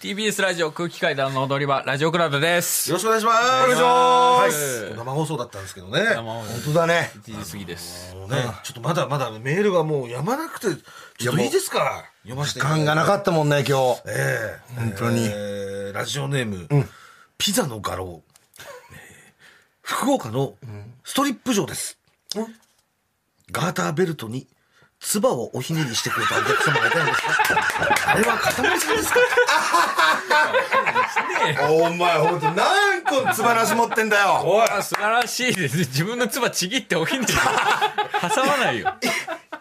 TBS ラジオ空気階段の踊り場、ラジオクラウドです。よろしくお願いします。お願いしますはい生放送だったんですけどね。生放送本当だね。 1時過ぎです。もうね、ちょっとまだまだメールがもうやまなくて、ちょっといいですか読ませて時間がなかったもんね、今日。ええ本当にええラジオネーム、ピザの画廊。福岡のストリップ場です。ガーターベルトに、唾をおひねりしてくれたお客様がいたんですかあれは片持ちですかお前、ほんと、何個つばなし持ってんだよ。おい素晴らしいです。自分の唾ちぎっておひんで挟まない よ。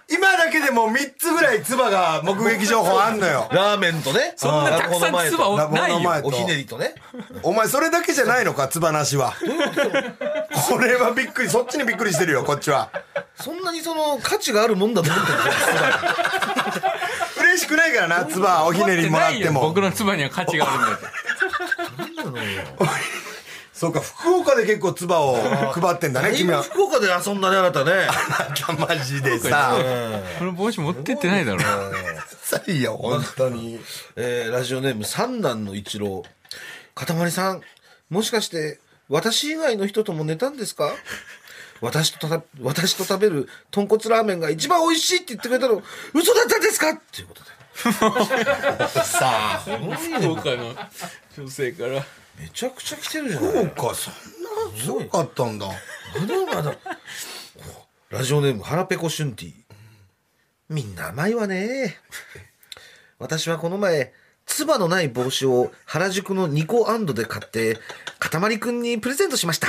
今だけでも3つぐらいつばが目撃情報あんのよ。 ラーメンとね。そんなたくさん前唾とをラブないホの前よ。とおひねりとね。お前、それだけじゃないのか、つばなしは。これはびっくり、そっちにびっくりしてるよ、こっちは。そんなにその価値があるもんだと思ってるんですよ嬉しくないからな、つば、おひねりもらっても。僕の唾には価値があるんだよ。そうか、福岡で結構つばを配ってんだね、君今は。福岡で遊んだねあなたね マジでさ。この帽子持ってって ないだろ。さいよ、本当に。えーラジオネーム三男の一郎かたまりさんもしかして私以外の人とも寝たんですか私とた私と食べる豚骨ラーメンが一番美味しいって言ってくれたの嘘だったんですかっていうことでさあ。福岡の女性から。めちゃくちゃ来てるじゃなそういか、そんな、すごかったんだ。まだまだラジオネーム腹ペコシュンティみんな甘いわね私はこの前つばのない帽子を原宿のニコアンドで買ってかたまりくんにプレゼントしました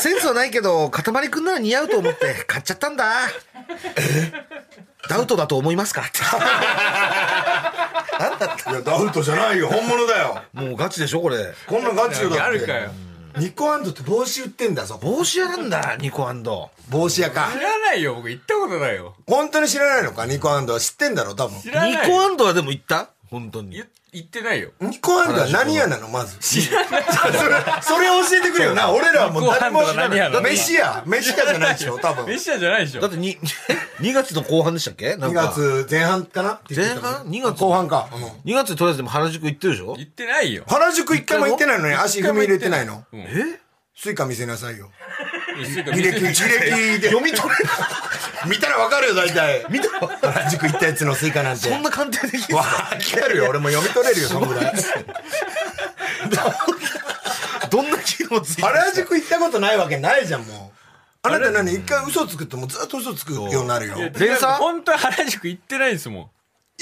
センスはないけどかたまりくんなら似合うと思って買っちゃったんだダウトだと思いますかっていや、ダウトじゃないよ、本物だよ。もうガチでしょこれこんなんガチよだって。あるかよ。ニコアンドって帽子売ってんだぞ。帽子屋なんだニコアンド帽子屋か。知らないよ、僕行ったことないよ。本当に知らないのかニコアンドは知ってんだろ多分。知らないニよ。コアンドはでも行った本当に言行ってないよ。ニコアンドは何屋なのまず。知らない。それ、それ教えてくれよな。俺らはもう誰も知ニコらアな。ンドは何屋ないの飯屋。飯屋じゃないでしょ多分。メ2シアじゃないでしょだっ。てに 2月の後半でしたっけなんか月前半かなって言ってたもん前半二月後半か。うん2月にとりあえずでも原宿行ってるでしょ行ってないよ。原宿一回も行ってないのに足踏み入れてないの。うんえスイカ見せなさいよ。履歴、履見歴で。読み取れ見たらわかるよ、大体。見た原宿行ったやつのスイカなんて。そんな簡単できるわかるよ。俺も読み取れるよ、そんぐらい。どんな機能ついてる原宿行ったことないわけないじゃんもうあなた何一回嘘つくってもうずっと嘘つくようになるよ前座本当は原宿行ってないですも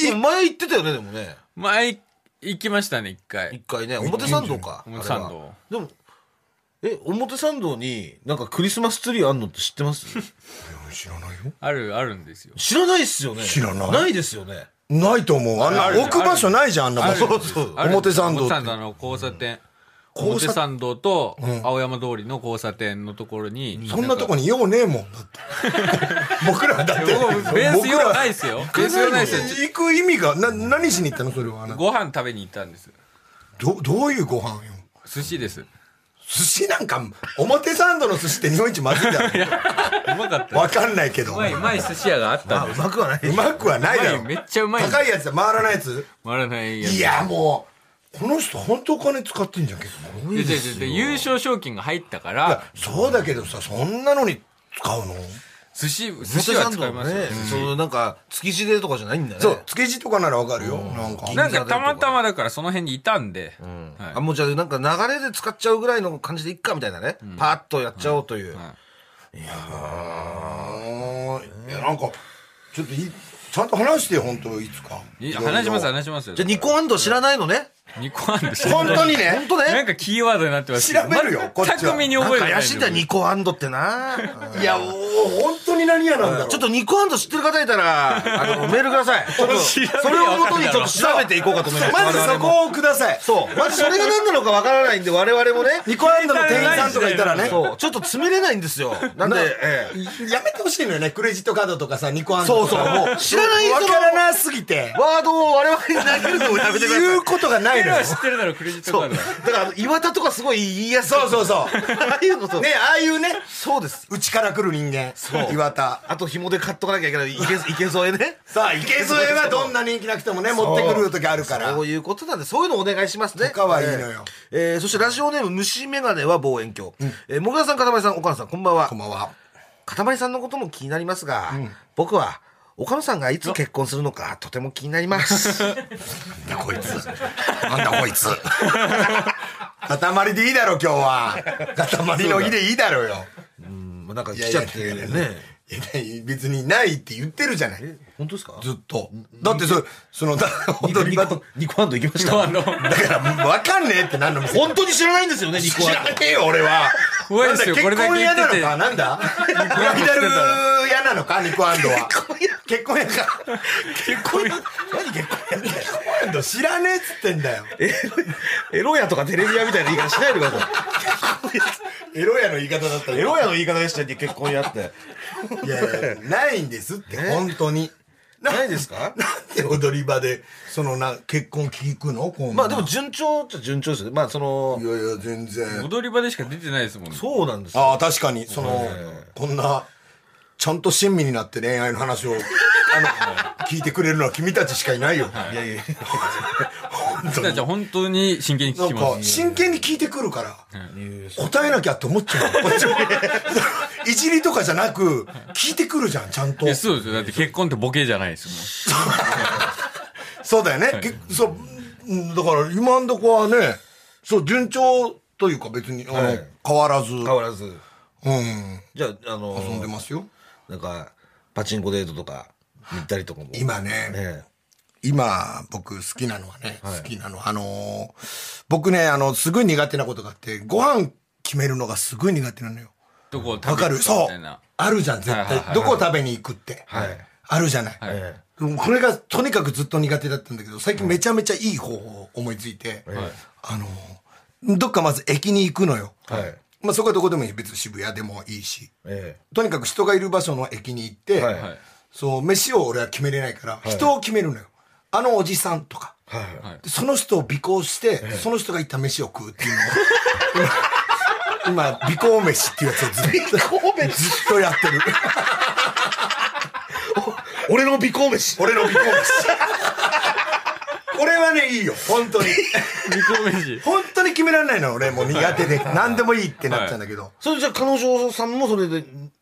ん。でも前行ってたよねでもね前、行きましたね、一回一。回ね表参道か表参道あれはでもえ表参道になんかクリスマスツリーあんのって知ってます 知らないよある、あるんですよ。知らないっすよね知らないないですよねないと思うあんな置く場所ないじゃんあんなもんそうそうある表参道表っ参て道の交差点。交表差参道と青山通りの交差点のところに。そんなとこに用ねえもんだって僕らだって僕ベース僕ら用ないですよ。ベース用ないですよ。ちょ行く意味がな何しに行ったのそれはあなたご飯食べに行ったんです。どどういうご飯よ寿司です。う寿司なんか表参道の寿司って日本一まずいだろまかった。うわかんないけどうまい、うまい寿司屋があったんです。うまくはないまくはないうまだい、ろめっちゃうまい。高いやつだ回らないやつ回らないやつ。いやもうこの人本当お金使ってんじゃん結構いやいやいや優勝賞金が入ったかいらや、そうだけどさそんなのに使うの寿司、寿表司は参使い道まのすよね。そのなんか築地でとかじゃないんだねそう築地とかならわかるよなんかなんかたまたまだからその辺にいたんで、はいあもうじゃあなんか流れで使っちゃうぐらいの感じでいっかみたいなね、パーッとやっちゃおうという、うんいやなんかちょっといちゃんと話してよ本当いつかいや話しますね話しますよじゃあニコアンド知らないのねニコアンド知ら本ない当にね本当ねなんかキーワードになってます調べるよこっちは全く身になん覚えかてない怪しいんだよニコアンドってなうんいやもう本当に何屋なんだろうちょっとニコアンド知ってる方いたらあのメールくださ いちょっと調そべりゃれをもとにわかるだちろょっと調べていこうかと思いますまず我そ々もこをくださいそうまずそれが何なのかわからないんで我々もねニコアンドの店員さんとかいたらねそうちょっと詰めれないんですよなんで、ええ やめてほしいのよねクレジットカードとかさニコアンそドうとそうかもう知らない人わのからなすぎてワードを我々に投げるのをやめてくださ言いうことがないのよ知ってるだろクレジットカそーうドだはからあの岩田とかすごい言いやすいそうそうそあうあいうのと ねああいうねそうですうちから来る人間、ね岩田あと紐で買っとかなきゃいけない。いけ、いけ添えね。さあ池添えはどんな人気なくてもね持ってくる時あるからそういうことなんで、そういうのお願いしますね。とかはいいのよえー。えーそしてラジオネーム、虫眼鏡は望遠鏡。えー、もぐらさん、かたまりさん、岡野さん、こんばんはこん。ばんはかたまりさんのことも気になりますが、僕は、岡野さんがいつ結婚するのか、とても気になり ます。なんだこいつなんだこいつ 塊でいいだろ今日は塊の日でいいだろうようんなんか来ちゃってね。いや別にないって言ってるじゃない本当ですかずっとだってそそのだ本当にだかニコハンド行きましあた。の、ら分かんねえって何の店本当に知らないんですよね、ニコ知ハらンド。ねえよ俺は怖いですよなんだ結婚屋なのかなんだブライダル屋なのかニコアンドは結婚屋か結婚何結婚ニコアンド知らねえっつってんだよエロやとかテレビ屋みたいな言い方しないでくださエロ屋の言い方だったい。ら エロやの言い方でしたね、結婚やって。いやいやないんですって本当にないですかなんで踊り場でそのな結婚聞くのこんまなあでも順調っちゃ順調ですよね。まあそのい、やいや全然踊り場でしか出てないですもんね。そうなんですよ。ああ確かにそのこんなちゃんと親身になって恋愛の話をあの聞いてくれるのは君たちしかいないよいやいや、本当じゃあにじゃあ本当に真剣にな聞きんかます。真剣に聞いてくるから答えなきゃって思っちゃうこっちもいじりとかじゃなく聞いてくるじゃんちゃんといやそうですよ。だって結婚ってボケじゃないですそうだよね、けそううんだから今んとこはねそう順調というか別にあの、はい変わらず変わらず。うんじゃあ、あの遊んでますよなんか、パチンコデートとか、行ったりとかも。今ねえ今僕好きなのはね、好きなのはあのー僕ねあのすごい苦手なことがあってご飯決めるのがすごい苦手なのよもん。どこを食べわかるに行くみそたいうな。あるじゃん絶は対、いはいはいはいどこ食べに行くって、はいあるじゃない、え。いええでもこれがとにかくずっと苦手だったんだけど最近めちゃめちゃいい方法を思いついて、あのーどっかまず駅に行くのよ、はいまあ、そこはどこでもいい別に渋谷でもいいしえとにかく人がいる場所の駅に行って、はいはい。そう飯を俺は決めれないから、人を決めるのよあのおじさんとか、え。はい。はいでその人を尾行して、その人が行った飯を 食うっていうのを今今尾行飯っていうやつをずっと尾行ずっとやってる俺の尾行飯。俺の尾行飯これはねいいよ本当に煮込み飯。本当に決められないの俺もう苦手で何でもいいってなっちゃうんだけど、それじゃあ彼女さんもそれで、ん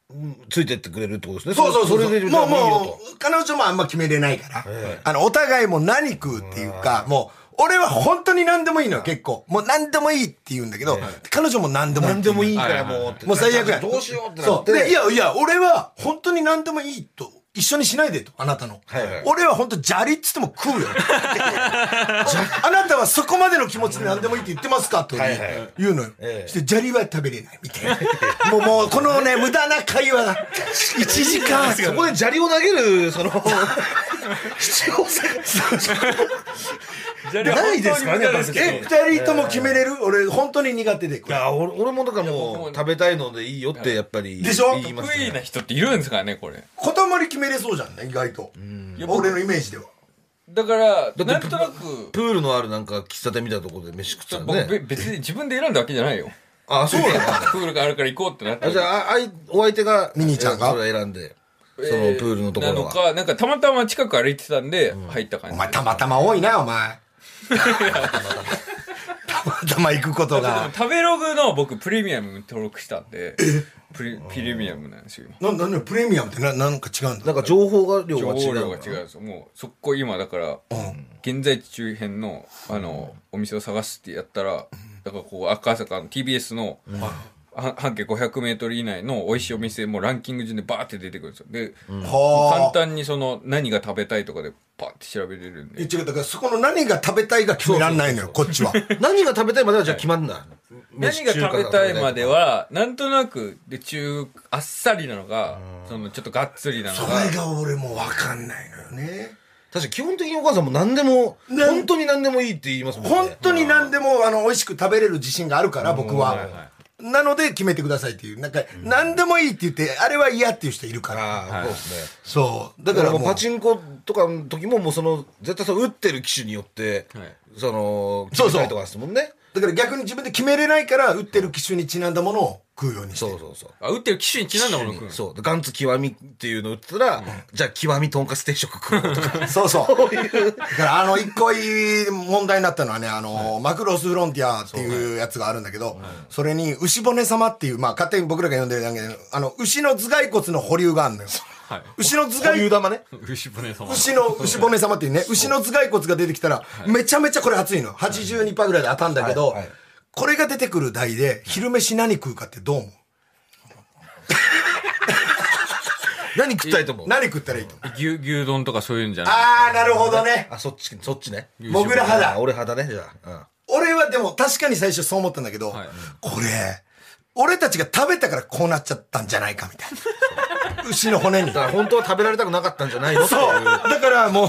ついてってくれるってことですね。そうそうそうれで、もうじゃあいいよもう彼女もあんま決めれないから、あのお互いもう何食うっていうかもう俺は本当に何でもいいのよ結構もう何でもいいって言うんだけど、彼女も何でともいい何でもいいってからはいはいもはうって。言うもう最悪やどうしようってなそっうて。でいやいや俺は本当に何でもいいと一緒にしないでとあなたの、はいはい俺は本当砂利っつって も食うよあなたはそこまでの気持ちで何でもいいって言ってますかとはいはい言うのよ、ええそして砂利は食べれないみたいな もうもうこのね無駄な会話が1時間そこで砂利を投げる、 その、必要性じゃあがないですからね、本当に無駄やでっすぱけりどえ二人とも決めれる、俺本当に苦手でこいれや、俺俺もだからもう食べたいのでいいよってやっぱりでしょ言います得意ね。な人っているんですかね、これ。塊決めれそうじゃんね意外と俺のイメージではだから、てなんとなく、プールのあるなんか喫茶店みたいなところで飯食ってたん僕べね。別に自分で選んだわけじゃない よ。あ、そうなんだ。プールがあるから行こうってなったあじゃあ、あいお相手が、ミニーちゃんがえそれ選んで、そのプえールのとこなろのは。か、なんかたまたま近く歩いてたんで、入った感おじ。前たまたま多いなお前たまたま行くことでもが食べログの僕プレミアム登録したんで、プレプレミアムなんですよ。今なんなんだよプレミアムってななんか違うんなだんか情報が量が違情報うのかな。量が違うんですよ。もう、そこ今だから、現在地周辺の、あの、お店を探すってやったら、だからこう、赤坂の TBS の、は半径500メートル以内の美味しいお店もランキング順でバーって出てくるんですよ。で、簡はあ単にその、何が食べたいとかでバーって調べれるんえで。違うだからそこの何が食べたいが決めらんないのよこっちは何が食べたいまではじゃあ決まんな。何が食べたいまで。は、なんとなく、で、中、あっさりなのが、その、ちょっとがっつりなそのれが、が俺もう分かんないのよね確かに基本的にお母さんも何でも、ね本当に何でもいいって言いますもんね。本当に何でもあの美味しく食べれる自信があるから僕はなので決めてくださいっていうなんか何でもいいって言ってあれは嫌っていう人いるからああ、そうですね。そうだだかかららももううパチンコとかの時ももうその絶対その打ってる機種によって、はいそのそうそう決めたりとかですもんねだから逆に自分で決めれないから、打ってる機種にちなんだものを食うようにしてそる。うそうそう。あ、打ってる機種にちなんだもの食うのそう。でガンツ極みっていうの売ってたら、じゃあ極みとんかつ定食食おうと か。そうそう。だから、あの、一個いい問題になったのはね、あの、マクロスフロンティアっていうやつがあるんだけど、それに、牛骨様っていう、まあ、勝手に僕らが呼んでるだけで、あの、牛の頭蓋骨の保留があるのよ。はい。牛の頭こうい蓋う玉ね。牛骨様。牛の牛骨様っていうね、牛の頭蓋骨が出てきたら、めちゃめちゃこれ熱いの。82%ぐらいで当たんだけどはいはい、これが出てくる台で、昼飯何食うかってどう思う何食ったいと思う何食ったらいいと思う牛、牛丼とかそういうんじゃないあー、なるほどね。あ、そっち、そっちね。もぐらあ肌。俺肌ね、じゃあ。俺はでも確かに最初そう思ったんだけど、はいこれ、俺たちが食べたからこうなっちゃったんじゃないかみたいな。牛の骨にうん。だ。から本当は食べられたくなかったんじゃないのっていそう。だからもう、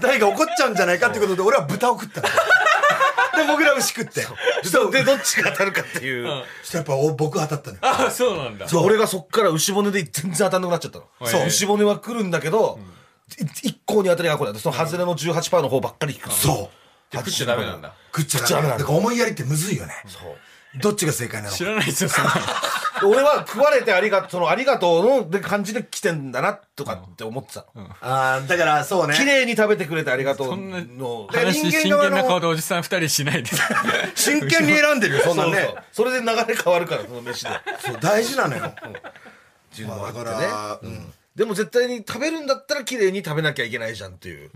大が怒っちゃうんじゃないかってことで、俺は豚を食ったの。で、僕ら牛食って。そう。で、どっちが当たるかっていう。そしたらやっぱお僕当たったのよ。ああ、そうなんだ。そう俺がそっから牛骨で全然当たんなくなっちゃったの。はいそう。牛骨は来るんだけど、い一向に当たりが来ない。その外れの18%の方ばっかり引く。う。そう。で食っちゃダメなんだ。食っちゃ食っちゃダダメメななんんだだから思いやりってむずいよね。どっちが正解なの知らないですよ、そんなの。で俺は食われてありがとう、そのありがとうので感じで来てんだなとかって思ってたの。ああ、だからそうね。綺麗に食べてくれてありがとうなの。だから人話間真側の剣な顔でおじさん二人しないで。真剣に選んでるよ、そんなそうね。そう。それで流れ変わるから、その 飯で。そう大事なのよ。っていうのがあまあってだね。から、うんでも絶対に食べるんだったら綺麗に食べなきゃいけないじゃんっていう。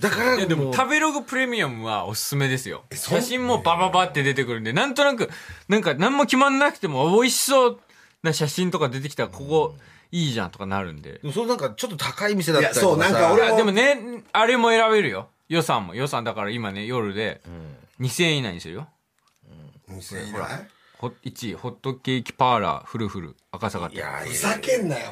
だからいやでも う食べログプレミアムはおすすめですよ写真もバババって出てくるんでなんとなくなんか何も決まんなくても美味しそうな写真とか出てきたらここいいじゃんとかなるんででもそれなんかちょっと高い店だったりとかさ。いやそうなんかい俺やでもねあれも選べるよ予算も予算だから今ね夜で2000円以内にするよ2000円ないほ1位ホットケーキパーラーフルフル赤坂い店やいふや、ざけんなよ。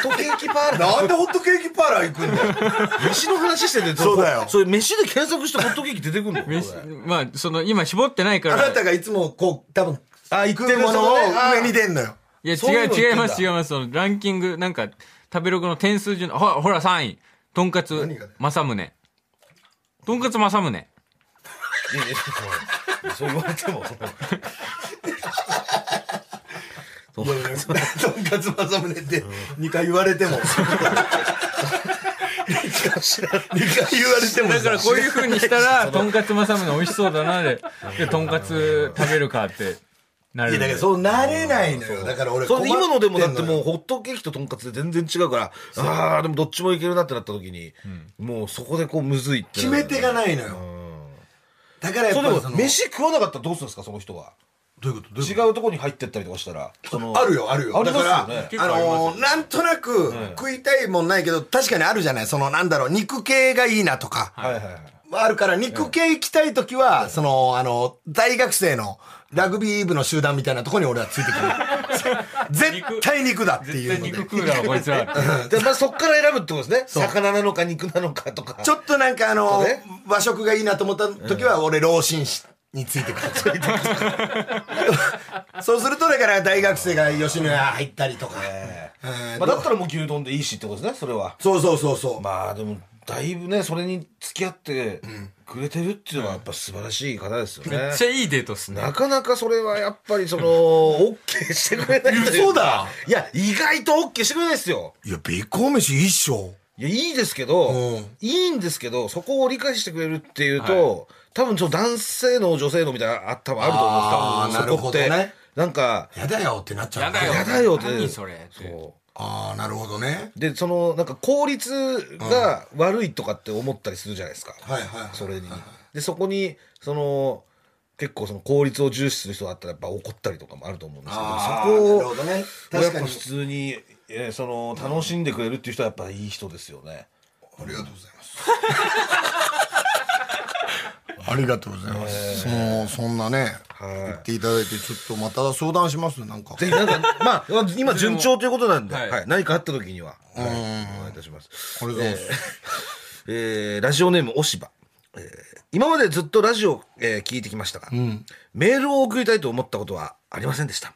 ホットケーキパーラー。なんでホットケーキパーラー行くんだよ。飯の話してて、そうだよそれ飯で検索してホットケーキ出てくん の飯これまあその今絞ってないか あらなたがいつもこう、多分、あ行くものを上に出んのよ。いや、そうい違うう、違いの言ってんだます、違います。そのランキング、なんか、食べログの点数順、ほら、ほら、3位。とんかつ何がだよ、正宗。とんかつ、正宗。いやいやそうそう 言われても。とんかつまさむねって2回言われても。2回言われてもださ。から、こういう風にしたら、とんかつ、正宗、美味しそうだな、で、で、とんかつ食べるかって、なるいんや、で。だからそうなれないのよ。だから俺それ今のでもだって困もうホットケーキととんかつで全然違うから、ああ、でもどっちもいけるなってなった時に、もうそこでこうむずいって決なるめ手がないのよ。だからやっそぱうでもりその、飯食わなかったらどうするんですかその人はどういうことどうい違うことうとこに入ってったりとかしたらそのあるよ、あるよ。ありだまかすら、よね結構あありますのーなんとなく食いたいもんないけど、確かにあるじゃない。その、なんだろう、肉系がいいなとか。はいはいはいあるから、肉系行きたいときは、その、あの、大学生のラグビー部の集団みたいなとこに俺はつい てくる。絶対肉だって絶いう対の肉食で。うだろ、こいつ ら。でまあそっから選ぶって ことですね魚なのか肉なのかとかちょっとなんかあそのうね、和食がいいなと思ったときは、俺、老紳士について くる。そうすると、だから大学生が吉野家入ったりとか。うんまあ、だったらもう牛丼でいいしってことですねそれはそうそうそうそう。まあでもだいぶねそれに付き合ってくれてるっていうのはやっぱ素晴らしい方ですよね、めっちゃいいデートっすね。なかなかそれはやっぱりそ の OK してくれないという嘘だいや意外と OK してくれないですよいや、べこ飯一生。いや、いいですけど、うんいいんですけど、そこを理解してくれるっていうと、多分ちょっと男性の女性のみたいな、あ多分あると思あうーんですなるほどねそこってなんか、やだよってなっちゃう。やだよ。やだよって何それって。そああ、なるほどね。う。で、その、なんか効率が悪いとかって思ったりするじゃないですか。はいはいはい。それに。で、そこに、その、結構その効率を重視する人だったらやっぱ怒ったりとかもあると思うんですけど、あそあ、なこるをほ、どね。や確っかぱに。普通に、えーその、楽しんでくれるっていう人はやっぱいい人ですよね。ありがとうございます。ありがとうございます。そのそんなね、い言っていただいて、ちょっとまた相談します、なんか。ぜひなんか、まあ、今順調ということなんで、はいはい、何かあった時には、はい、お願いいたします。ありがとうございます。えーラジオネーム、おしば。えー今までずっとラジオ、えー聞いてきましたが、メールを送りたいと思ったことはありませんでした。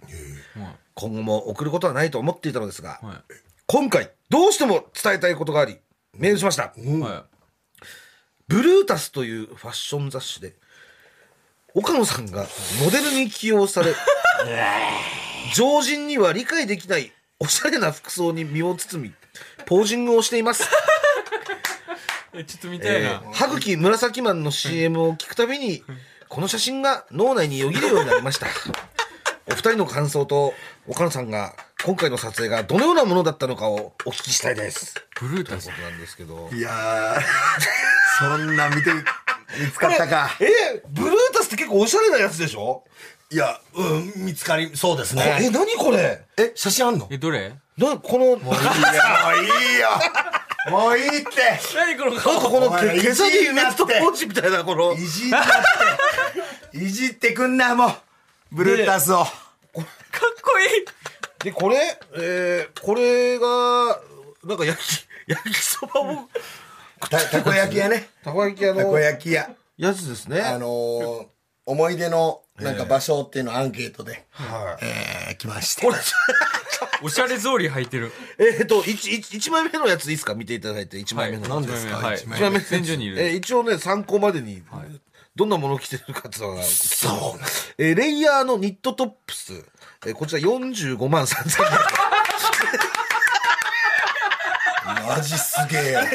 今後も送ることはないと思っていたのですが、は今回、どうしても伝えたいことがあり、メールしました。い。はい。ブルータスというファッション雑誌で、岡野さんがモデルに起用 され常人には理解できないおしゃれな服装に身を包みポージングをしていますえちょっと見たいな。歯茎紫マンの CM を聞くたびにこの写真が脳内によぎるようになりましたお二人の感想と岡野さんが今回の撮影がどのようなものだったのかをお聞きしたいですブルータとスいう。ことなんですけどいやー、そんな見て、見つかったか。えブルータスって結構おしゃれなやつでしょいや、うん、見つかり、そうですえね。何これえ、写真あんのいえ、どれなこのや、もういいよ。もういいって。何この顔なんかこのおい毛毛先いじん夢なってとポーチみたいなこのいじってやって。いじってくんな、もう。ブルータスを。かっこいい。でこれえー、これがなんか焼き焼きそばをたたこ焼き屋ね。 たこ焼き屋たこの焼き屋。やつですねあのー、思い出の、なんか場所っていうのをアンケートで、はいえー、来ましてこ。れおしゃれ草履履いてる。えっと 1, 1枚目のやついいですか見ていただいて1枚目の、何ですかはい一。枚一枚目のやつ戦場にいえる。ー一応ね参考までに、どんなものを着てるかっていうのがそう。えーレイヤーのニットトップス、えーこちら45万3000円マジすげえよ。マ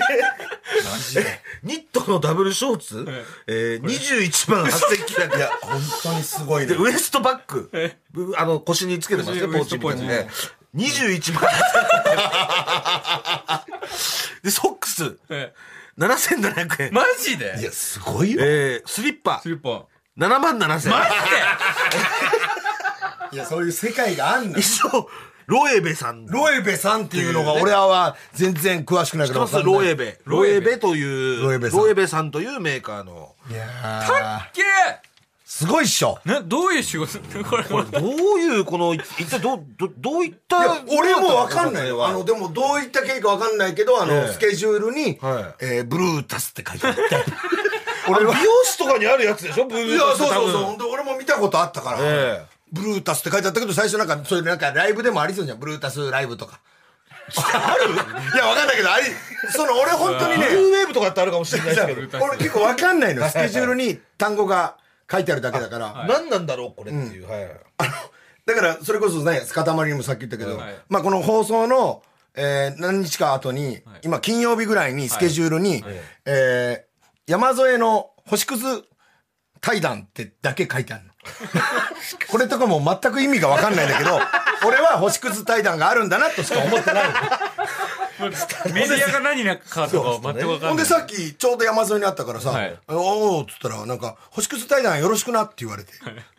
ジで。ニットのダブルショーツ、えー、21万8900い円や、本当にすごいねで、。ウエストバッグ、ぶあの、腰につけてますね、腰ポウエーストチみたいなねポ。 21万円。で、ソックス、え7700円。マジでいや、すごいよ。えー、スリッパス、リッパ。 7万7000円。いや、そういう世界があんの以。上、ロエベさん。ロエベさんっていうのが、俺らは全然詳しくない知けってど。ますロエベ。ロエベという、ロエベさんさんというメーカーの。いやーけすごいっしょ。な、どういう仕事 これ。どういう、この、一体どう、ど、どういっいたや、俺もわかんなよいよ。あの、でもどういった経過わかんないけど、あの、えスケジュールに、はえーブルータスって 書いてあって。俺は美容師とかにあるやつでしょブルいーやタ、ス多そうそう分そう。ほんと俺も見たことあったから、ええブルータスって書いてあったけど、最初なんか、そういうなんかライブでもありそうじゃん。ブルータスライブとか。ある いや、わかんないけど、あり、その、俺本当にね ブ、ルーウェーブとかってあるかもしれないですけどタス俺結構わかんないの。スケジュールに単語が書いてあるだけだから。何なんだろうこれっていう、はいだから、それこそね、スカタマリにもさっき言ったけど、はいまあこの放送の、えー何日か後に、今金曜日ぐらいにスケジュールに、えー山添の星屑対談ってだけ書いてあるの。これとかも全く意味がわかんないんだけど、俺は星屑対談があるんだなとしか思ってない。メディアが何なかとか全くわかほんんなでい。さっきちょうど山添に会ったからさ、はいおおっつったら、なんか、星屑対談よろしくなって言われて、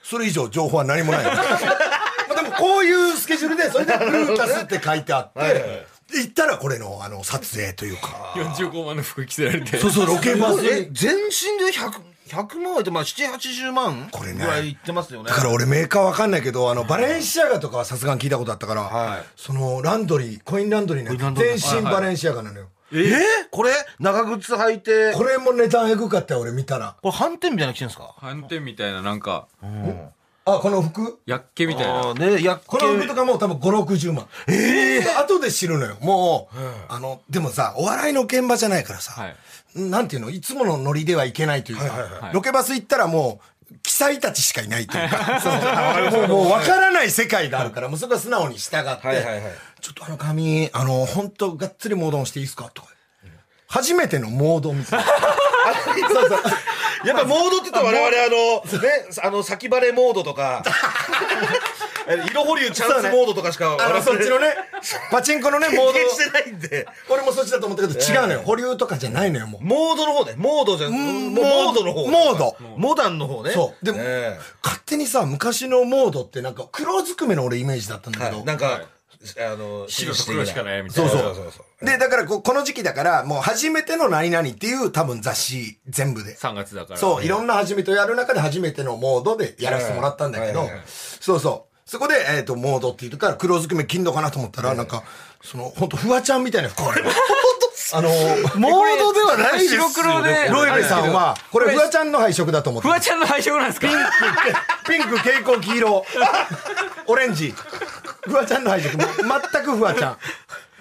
それ以上情報は何もない。まあでもこういうスケジュールで、それでブルータスって書いてあって、行ったらこれの、あの、撮影というか。 45万の服着せられて。そうそう、ロケバス。え全身で100 100万はいってまあ780万これねぐらいいってますよねだから俺メーカーわかんないけど、あの、バレンシアガとかはさすがに聞いたことあったから、はいその、ランドリー、コインランドリーのコインランドリ全ー身バレンシアガなのよ。えーこれ長靴履いてここれれも値段エグかったよ、俺見たら。斑点みたいなの着てるんですか反転みたいな、なんか、あ、この服やっけみたいあな。あねやっけこの服とかも多分5、60万。ええ後で知るのよ。もう、あの、でもさ、お笑いの現場じゃないからさ、はいなんていうの、いつものノリではいけないというか、はいロケバス行ったらもう、記載たちしかいないというか、そうもう、もう分からない世界があるから、もうそこは素直に従って、はいはいはいちょっとあの髪、あの、本当がっつりモードンしていいですかとか。初めてのモードンみたいな。 そうそう。やっぱモードって言ったら我々あのねあの先バレモードと かえ色保留チャンスモードとかしかあ我の、々そっちのね、パチンコのね、モード経。験してないんで俺もそっちだと思ったけど、違うのよ。保留とかじゃないのよ、もう。モードの方ねモードじゃんんモードの方モードモダンの方ねそうでもええ勝手にさ、昔のモードってなんか黒ずくめの俺イメージだったんだけど。はい、なんか、あの白と黒しかないみたいそうな。そうそうそうそうで、だからここの時期だから、もう初めての何々っていう多分雑誌全部で。 3月だから。そう、いろんな初めてをやる中で初めてのモードでやらせてもらったんだけはどいはいはい、そうそう。そこで、えっ、と、モードっていうから黒ずくめ金のかなと思ったら、なんか、その、ほんとフワちゃんみたいな服。 あの、モードではないですよ白黒でロイベさんは、これフワちゃんの配色だと思っフてますワちゃんの配色なんですか ピンク、蛍光、黄色、オレンジ。フワちゃんの配色、も全くフワちゃん。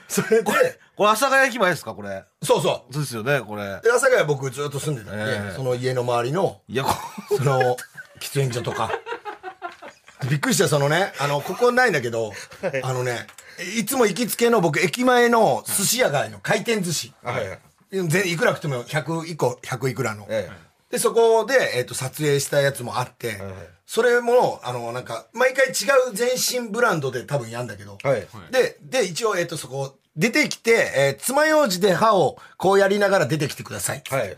それ で、これ阿佐ヶ谷駅前ですかこれそうそそうですよねこれう。で、阿佐ヶ谷僕ずっと住んでたんで、ええその家の周りの、いやこその、喫煙所とか。びっくりした、そのね、あの、ここないんだけど、あのね、いつも行きつけの僕、駅前の寿司屋街の回転寿司。はいはい全いくら食っても100以個、100いくらの。ええで、そこで、えっ、と、撮影したやつもあって、それも、あの、なんか、毎回違う全身ブランドで多分やんだけど、はいで、で、一応、えっ、と、そこ、出てきて、えー、爪楊枝で歯をこうやりながら出てきてください。はい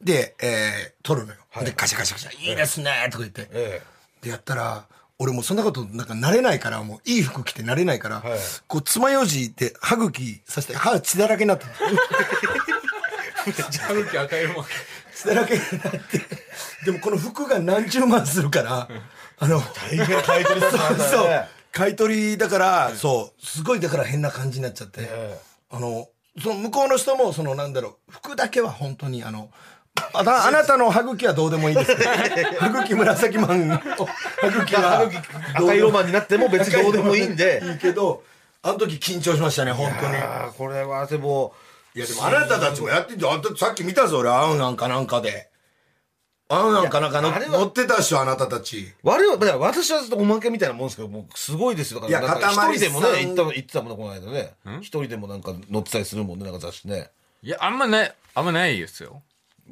で、えー、取るのよ。はいで、カシャカシャカシャ、いいですねとか言って。えで、やったら、俺もうそんなこと、なんか慣れないから、もういい服着て慣れないから、はいこう、爪楊枝で歯茎させて、歯血だらけになったの。歯茎赤色も血だらけになって。でもこの服が何十万するから、あの、え大変買い取りだっそたうんだそようね。買い取りだから、そう、すごいだから変な感じになっちゃって。えあの、その向こうの人も、そのなんだろう、服だけは本当にあの、あなあなたの歯茎はどうでもいいで すけど。歯茎紫マンの歯茎は歯茎赤色マンになっても別にどうでもいいんでいいけど、あの時緊張しましたね、本当に。ああこれはでもいやでもあなたたちもやってんじゃん。あんたさっき見たぞ、俺、青なんかなんかで。青なんかなんかのいやあれは乗ってたっしょ、あなたたち。我々だから私はちょっとおまけみたいなもんですけどもうすごいですよだからいやなんか塊一人でもさんね行った行ってたもんねこの間ね一人でもなんか乗ってたりするもんねなんか雑誌ねいやあんまないあんまないですよ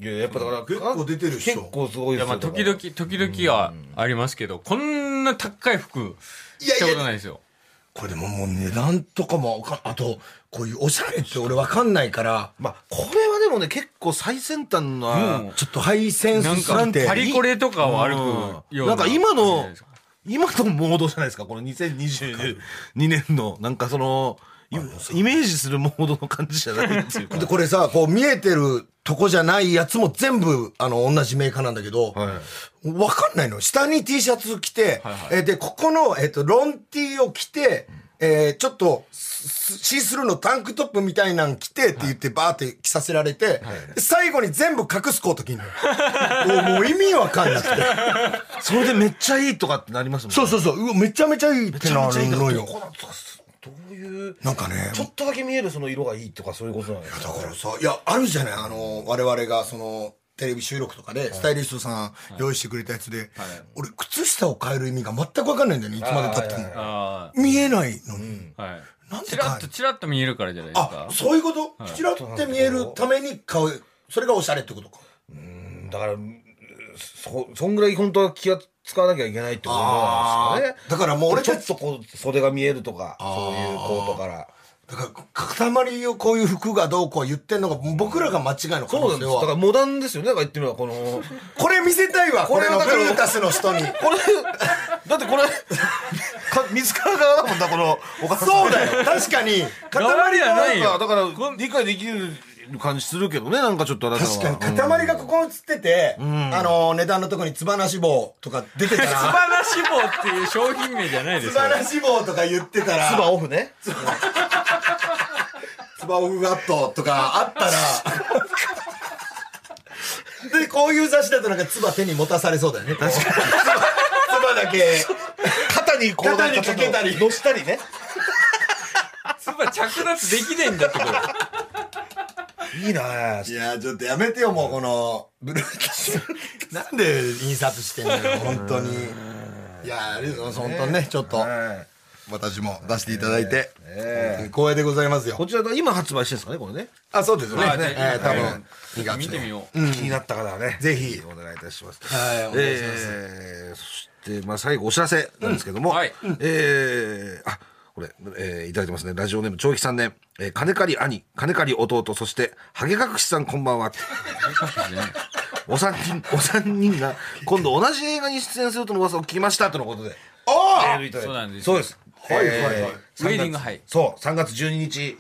いややっぱだから結構出てるっしょ結構すごいいやですよまあ時々時々はありますけどこんな高い服いや着いたやことないですよこれでももう値段とかもわかん、あと、こういうおしゃれって俺わかんないから、まあこれはでもね結構最先端なちょっとハイセンなんスすかぎて。パリコレとかを歩くようなんか今の感じですか今のモードじゃないですかこの2022年のなんかそのいイメージするモードの感じじゃないっていうかで、これさ、こう見えてるとこじゃないやつも全部、あの、同じメーカーなんだけど、わかんないの。下に T シャツ着て、えーで、ここの、えっ、と、ロン T を着て、えーちょっと、スシースルーのタンクトップみたいなん着てって言って、バーって着させられて、で最後に全部隠すコート着んのよ。もうもう意味わかんなくて。 それでめっちゃいいとかってなりますもんねそうそうそう、うわめちゃめちゃいいってなめちゃめちゃいいるとのかよ。どういうなんかね、ちょっとだけ見えるその色がいいとかそういうことなんですだからさ、いや、あるじゃない、あの、我々が、その、テレビ収録とかで、スタイリストさん用意してくれたやつで、俺、靴下を変える意味が全くわかんないんだよね、いつまで経ってはいはいも。あ見えないのに。あはいなんでチ変ラえッとチラッと見えるからじゃないですあか、そういうことチラって見えるために買う。それがオシャレってことか。だからそそんぐらい本当は気を使わなきゃいけないってことなんですかねあーだからもう俺ちょたっちとこう袖が見えるとかそういうコートからだから、塊をこういう服がどうこう言ってんのが、僕らが間違いの可そうなん能性ですだからは。モダンですよねだから言ってみればこのこれ見せたいわ、ここれれのはブだからルータスの人に。これだってこれか水川側だもんなこの お母さんそうだよ、確かに。塊側ではがないよなんかだから理解できる感じするけどねなんかちょっとあなたは確かに塊がここ映ってて、あの値段のとこにつばなし棒とか出てたつばらなし棒っていう商品名じゃないでつ すよばなし棒とか言ってたつばらオフねつばオフガットとかあったらでこういう雑誌だとなんかつば手に持たされそうだよね確かにつばつばだけ肩にこう肩にかけたり乗したりねつば着脱できねえんだってこ れいいなあいやちょっとやめてよもうこのブルータスなんで印刷してんのよ本当にいやありがとうございます本当にねちょっとはい私も出していただいて、本当に光栄でございますよこちらの今発売してるんですかねこれねあ、そうですね。まあねねえー多は分、2月。見てみよう気になった方はねぜひお願いいたしますはいお願いしますえーそしてまあ最後お知らせなんですけどもうんはいえーあこれえーいただいてますねラジオネーム長吉さんねえー金借り兄金借り弟そしてハゲ隠しさんこんばんは お三人お三人が今度同じ映画に出演するとの噂を聞きましたとのことでメールいただいてそうなんですそうですはいはいはいえーウェディングハイそう、3月12日、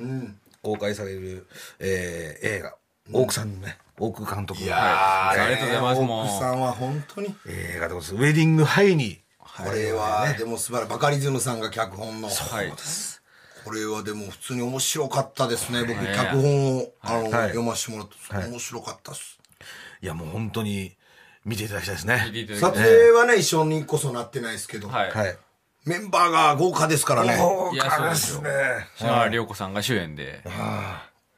公開される、えー映画、大久さんのね、大久監督のーありがとうございますもう奥さんは本当に。映画でございます。ウェディングハイに、これは、でも素晴らしい。バカリズムさんが脚本の。はいこれはでも普通に面白かったですね。僕、ね脚本を、あの、はい読ませてもらっはて、い面白かったっす。いやもう本当に見ていただきたいです聞いてね。いただき撮ます影はね、一緒にこそなってないですけど、はい、はい。メンバーが豪華ですからね。豪いやそう華でですすね。篠原涼子さんが主演で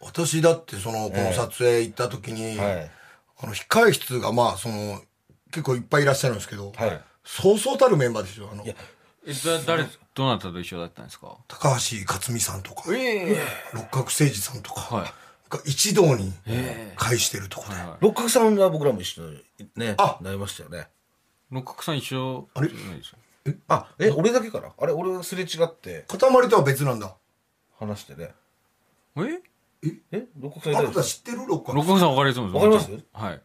私だって、その、この撮影行った時に、はいあの、控え室が、まあ、その、結構いっぱいいらっしゃるんですけど、はいそうそうたるメンバーですよ。あの、えだ誰どなたと一緒だったんですか高橋克実さんとか、ええ六角誠治さんとか、はいが一堂に会してるとこで。はい六角さんは僕らも一緒にねあなりましたよね六角さん一緒あれじゃないですよあえ俺だけかなあれ俺がすれ違って塊とは別なんだ。話してねええ六角さんいあたなでしょた知ってる六角六角さん分かりそうですわかりますもちろんはい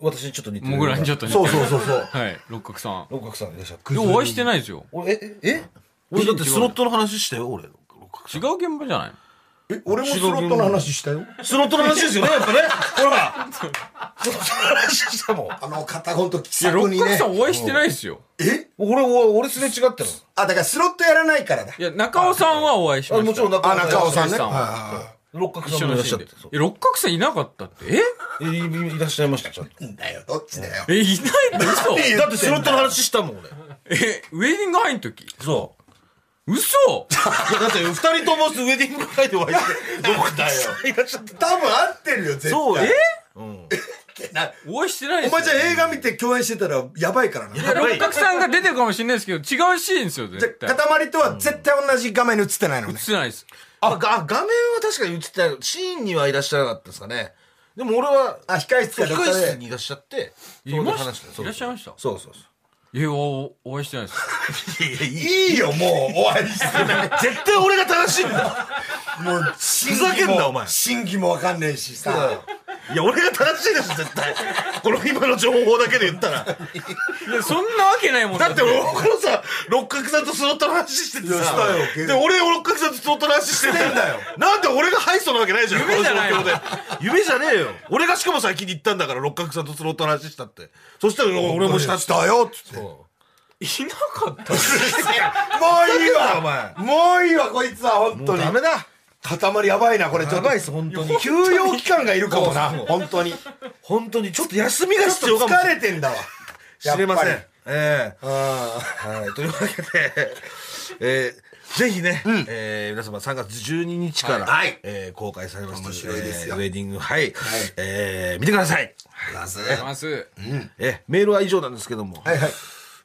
私にちょっと似てるもぐらにちょっと似てそるうそうそうそう。はい六角さん六角さんいらっしゃってでもお会いしてないですよ俺ええ俺だってスロットの話したよ俺六角違さんう現場じゃないえ、俺もスロットの話したよ。スロットの話ですよねやっぱね ほらスロットの話したもんあの、片言と気いやさく六に角ねさ。んお会いしてないですよえ俺俺俺すれ違ってるあ、だからスロットやらないからだ。いや中尾さんはお会いしまあしたもちろん中あ、中尾さんね。中尾さはいんはいはい六角一さ緒んものいらっしシゃーっンでてそうえ六角さんいなかったってええいいいらっしゃいましたちゃんとなんだよ、どっちだよ。えいないの嘘だってスロットの話したもん俺えウェディング入ん時そう嘘いやだって二人ともウェディング会でお会いしてどこだよいらっしゃった多分合ってるよ、絶対。そうえなお会いしてないでおすよ前じゃあ映画見て共演してたらやばいからな。じいや六角さんが出てるかもしれないですけど違うシーンですよ絶ゃ対塊とは絶対同じ画面に映ってないのね映。ってないですあが画面は確かに映ってたシーンにはいらっしゃらなかったですかねでも俺はあ、控控室かどっか室で。にいらっしゃっていましたそこで話てそうそいうらっしゃいましたそうそうそいやおお会いしてないです ういやいやいいよ、もう、お会いして ない。絶対俺が正しいんだもう、真偽もふざけんなお前真偽もわかんねえしさ。いや俺が正しいです絶対この今の情報だけで言ったらだいやそんなわけないもんだって俺このさ六角さんとスロットの話してていやしさたよで俺六角さんとスロットの話してしてんだよなんで俺が敗訴なわけないじゃん夢じゃないこの状況で夢じゃねえよ俺がしかも先に行ったんだから六角さんとスロットの話したってそしたら俺もしたってしたよ、つって。いなかったもういいおわ前もういいわこいつは本当にダメだ塊やばいなこれちょっとす本当に休養期間がいるかもな本当にち本当にちょっと休みが必ょ要っとかもし疲れれてんだわ知れませやんっぱええりうんはい、というわけで、えーぜひね、えー皆様3月12日から、はいはいえー公開されます面白いですよえーウェディング、はい、えー見てください。ラスますえーメールは以上なんですけども、はいはい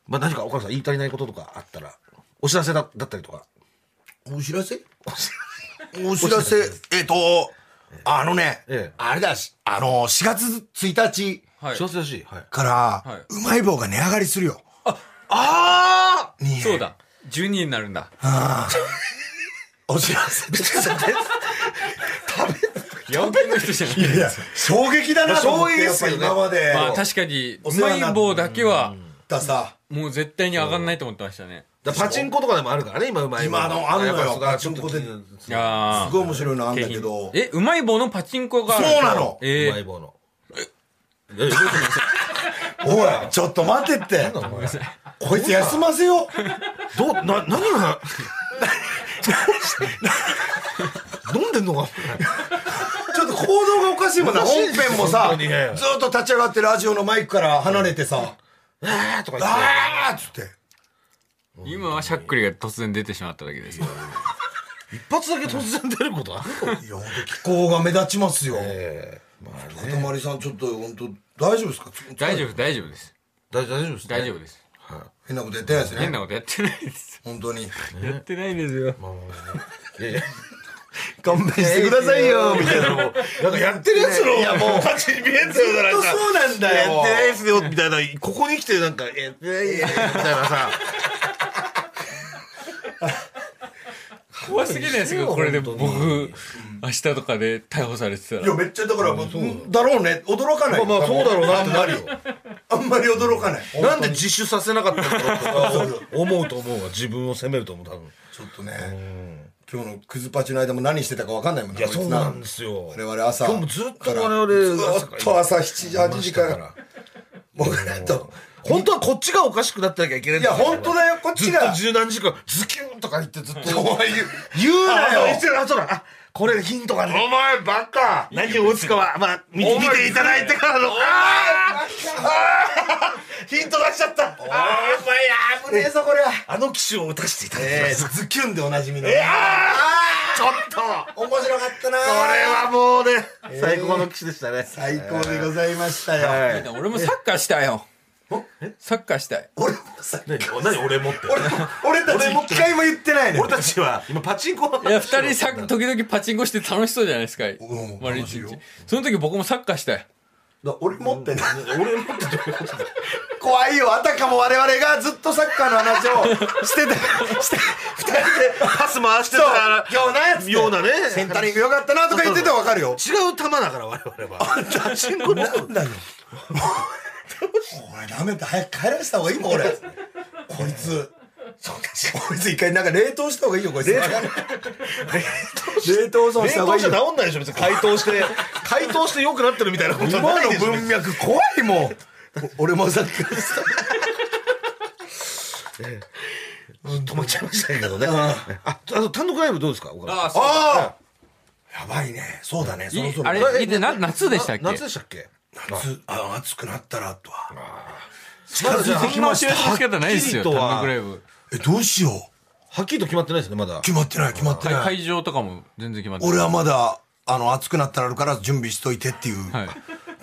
まあ何か岡野さん言い足りないこととかあったら、お知らせだだったりとか。お知らせお知らせえっとあのねええあれだしあの4月1日はい幸せらしい。はい。からいうまい棒が値上がりするよあにそうだ12になるんだお知らせヤオキの人じゃない いや衝撃だなと思って衝撃でやっすぱよね今までまあ確かにうお世話まになったい棒だけはださもう絶対に上がんないと思ってましたねだからパチンコとかでもあるからね、今うまい棒今あのあるのよやっぱそこはちょっパとチンいやすごい面白いのあんだけどえうまい棒のパチンコがあるそうなのうえまいえ棒の。え おいちょっと待ってってこいつ休ませようどう、な、何 が、飲んでんのかちょっと行動がおかしいもんな。おかしい本ですよ編もさ、本ず当にねーっと立ち上がってラジオのマイクから離れてさ、えーとか言って。あーっつって。今はしゃっくりが突然出てしまっただけですけど一発だけ突然出ることあるのいや、ほんと気候が目立ちますよ。ええまあかたまりさん、ちょっと本当大丈夫ですかちょっと大丈夫大丈夫です大大丈夫ですね大丈夫です変なことやってないです変ね。なことやってないです本当に。やってないですよいやいや勘弁してくださいよ、みたいな。もうなんかやってるやつのいやもう感じに見えんだよだからさそうなんだよやってないですよみたいなここに来てなんかやってないよみたいなさ 怖すぎないですかこれで僕明日とかで逮捕されてたいや、らめっちゃだから、もう、だろうね。驚かない。まあまあそうだろうなってなるよあんまり驚かない。 なんで自首させなかったのそうかそと思うと思うわ自分を責めると思う多分ちょっとね、今日のクズパチの間も何してたかわかんないもんいやそうなんですよ我々朝今日もずっと我々ずっと朝7時8時から僕らと本当はこっちがおかしくなってなきゃいけないんいだやよ本当だよこっずちっとが十何時間ズキュンとか言ってずっとお前 言う言うなあよそう一緒にあそうだあこれヒントがねお前バカ何を打つかは、まあ、見て見ていただいてからの。あーヒント出しちゃった。あお前危ねえぞこれはあの機種を打たせていただきまえす。ーズキュンでおなじみのちょっと、こ面白かったなこれはもうね、最高の機種でしたね。最高でございましたはよい。俺もサッカーしたよサッカーしたい。俺もさ、何何俺持って俺も俺たちもう一回も言ってないね。俺たちは今パチンコの話いや、二を人さ、時々パチンコして楽しそうじゃないですか。ん丸一楽しい日よ。その時僕もサッカーしたい。だ俺持ってない。俺持ってどういうことだよ怖いよ。あたかも我々がずっとサッカーの話をしてた、して、二人で、パス回してそう、た今日なやつってようなねセンタリングよかったなとか言っててわかるよ。違う球だから我々はパチンコのなんだよ。俺ダメだ。早く帰らした方がいいもん、俺。こいつ。こいつ一回なんか冷凍した方がいいよ、こいつ。冷凍損冷した方が凍いいじゃよ。治んないでしょ別に解凍して解凍して良くなってるみたいなことは今ないのでしょ文脈怖いもん。お俺もさっきからさ 止まっちゃいましたけどね。あ、あと単独ライブどうですか岡田さんあああやばいね。そうだね。そろそろ。あれ、いてな夏でしたっけ夏でしたっけ夏、あ暑くなったらとは。近まだじゃあづいてきまし教えてた。ほしかったないですよ、はっきりとは単独ライブ。え、どうしよう。はっきりと決まってないですね、まだ。決まってない、決まって会ない。会場とかも全然決まってない。俺はまだ、あの、暑くなったらあるから準備しといてっていう。はい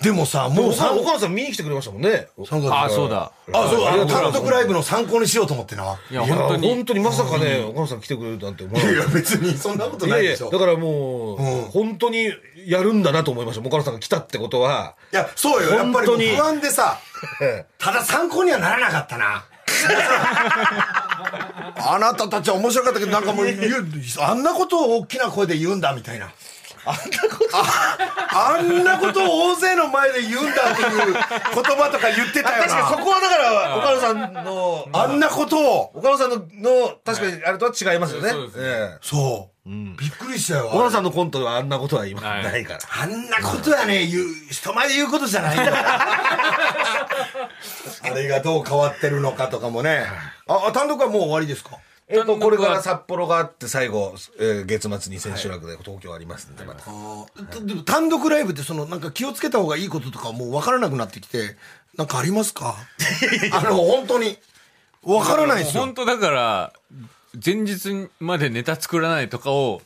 でもさ、もうささ、岡野さん見に来てくれましたもんね。三月ああ、そうだ。あ、そう、あの、ありがとうございま単す独ライブの参考にしようと思ってな。いいや、いや本当に。本当にまさかね、岡野さん来てくれるなんて思わなやかっいや、別にそんなこた。といなやいいでや、しょ。だからもう、本当にやるんだなと思いました。岡野さんが来たってことは。いや、そうよ。やっぱりも本う当に不安で さ、ただ参考にはならなかったな。 あなたたちは面白かったけど、なんかもう、言うあんなことを大きな声で言うんだみたいな。あんなことあんなことを大勢の前で言うんだっていう言葉とか言ってたよ確かにそな。こはだから、岡野さんの、あんなことを。岡野さんの、の確かにあれとは違いますよね。ええそう。びっくりしたよ。岡野さんのコントではあんなことは今ないから。あんなことやね、言う、人前で言うことじゃないんだ。 あれがどう変わってるのかとかもね。あ、あ単独はもう終わりですかえっと、これから札幌があって、最後、えー月末に千秋楽で東京ありますんで、また。あーででも単独ライブってそのなんか気をつけた方がいいこととかもう分からなくなってきてなんかあります かあの本当に分からないですよ本当だから、前日までネタ作らないとかを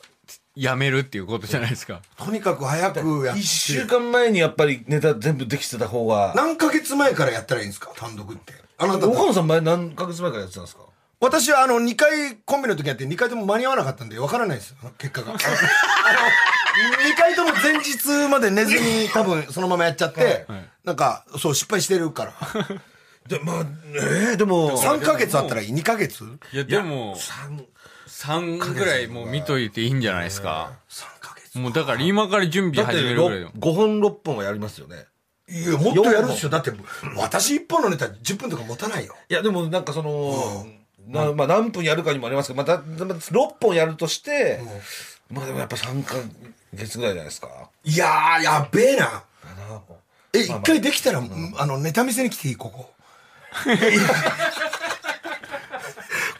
やめるっていうことじゃないですか。とにかく早くやっ一週て間前にやっぱりネタ全部できてた方が。何ヶ月前からやったらいいんですか単独ってあなた岡野さん前何ヶ月前からやってたんですか私はあの2回コンビの時やって2回とも間に合わなかったんで分からないですよ結果が あの2回とも前日まで寝ずに多分そのままやっちゃってなんかそう失敗してるからで、まあ、ええでも、 3ヶ月あったらいい2ヶ月いや、でも、3ぐらいもう見といていいんじゃないですか。 3ヶ月もうだから今から準備だっ始てめるぐらいで5も。本6本はやりますよね。いや、もっとやるっしょ。だって、私一本のネタ10分とか持たないよ。いや、でもなんかその、なまあ何分やるかにもありますけど、また、まあ6本やるとして、まあでもやっぱ3ヶ月ぐらいじゃないですか。いやー、やべえな。え、一回できたら、うんあの、ネタ見せに来ていい、こ こ。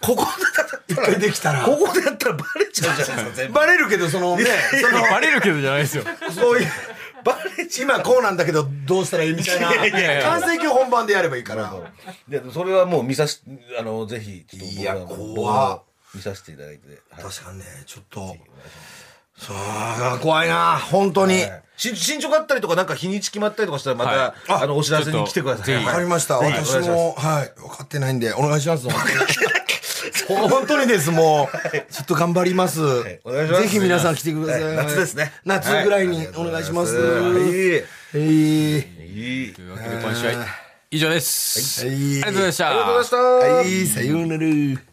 ここで、一回できたら。ここでやったらバレちゃうじゃ ないですか、全部。バレるけど、そのね、バレるけどじゃないですよ。その、そういう、バレち今こうなんだけど、どうしたらいいみたいな。いやいや完成形本番でやればいいから。いや、それはもう見さし、あの、ぜひ、ちょっといや僕らも怖っ見させていただいて。はい確かにね、ちょっと。そうあー、怖いな、本当に。し進捗あったりとか、なんか日にち決まったりとかしたら、また、はあの、お知らせに来てください。ちょっわとはいかりました。ぜひお願い私しますも、はい、分かってないんで、お願いします。本当にです、もう。ちょっと頑張ります。ぜお願いしますひ皆さん来てくださ。はいい夏ですね夏ぐらいにお願いします。はいいはいいいというわけで今週は以上です。はあいりがとうございました。ありがとうございました。はい、さようなら。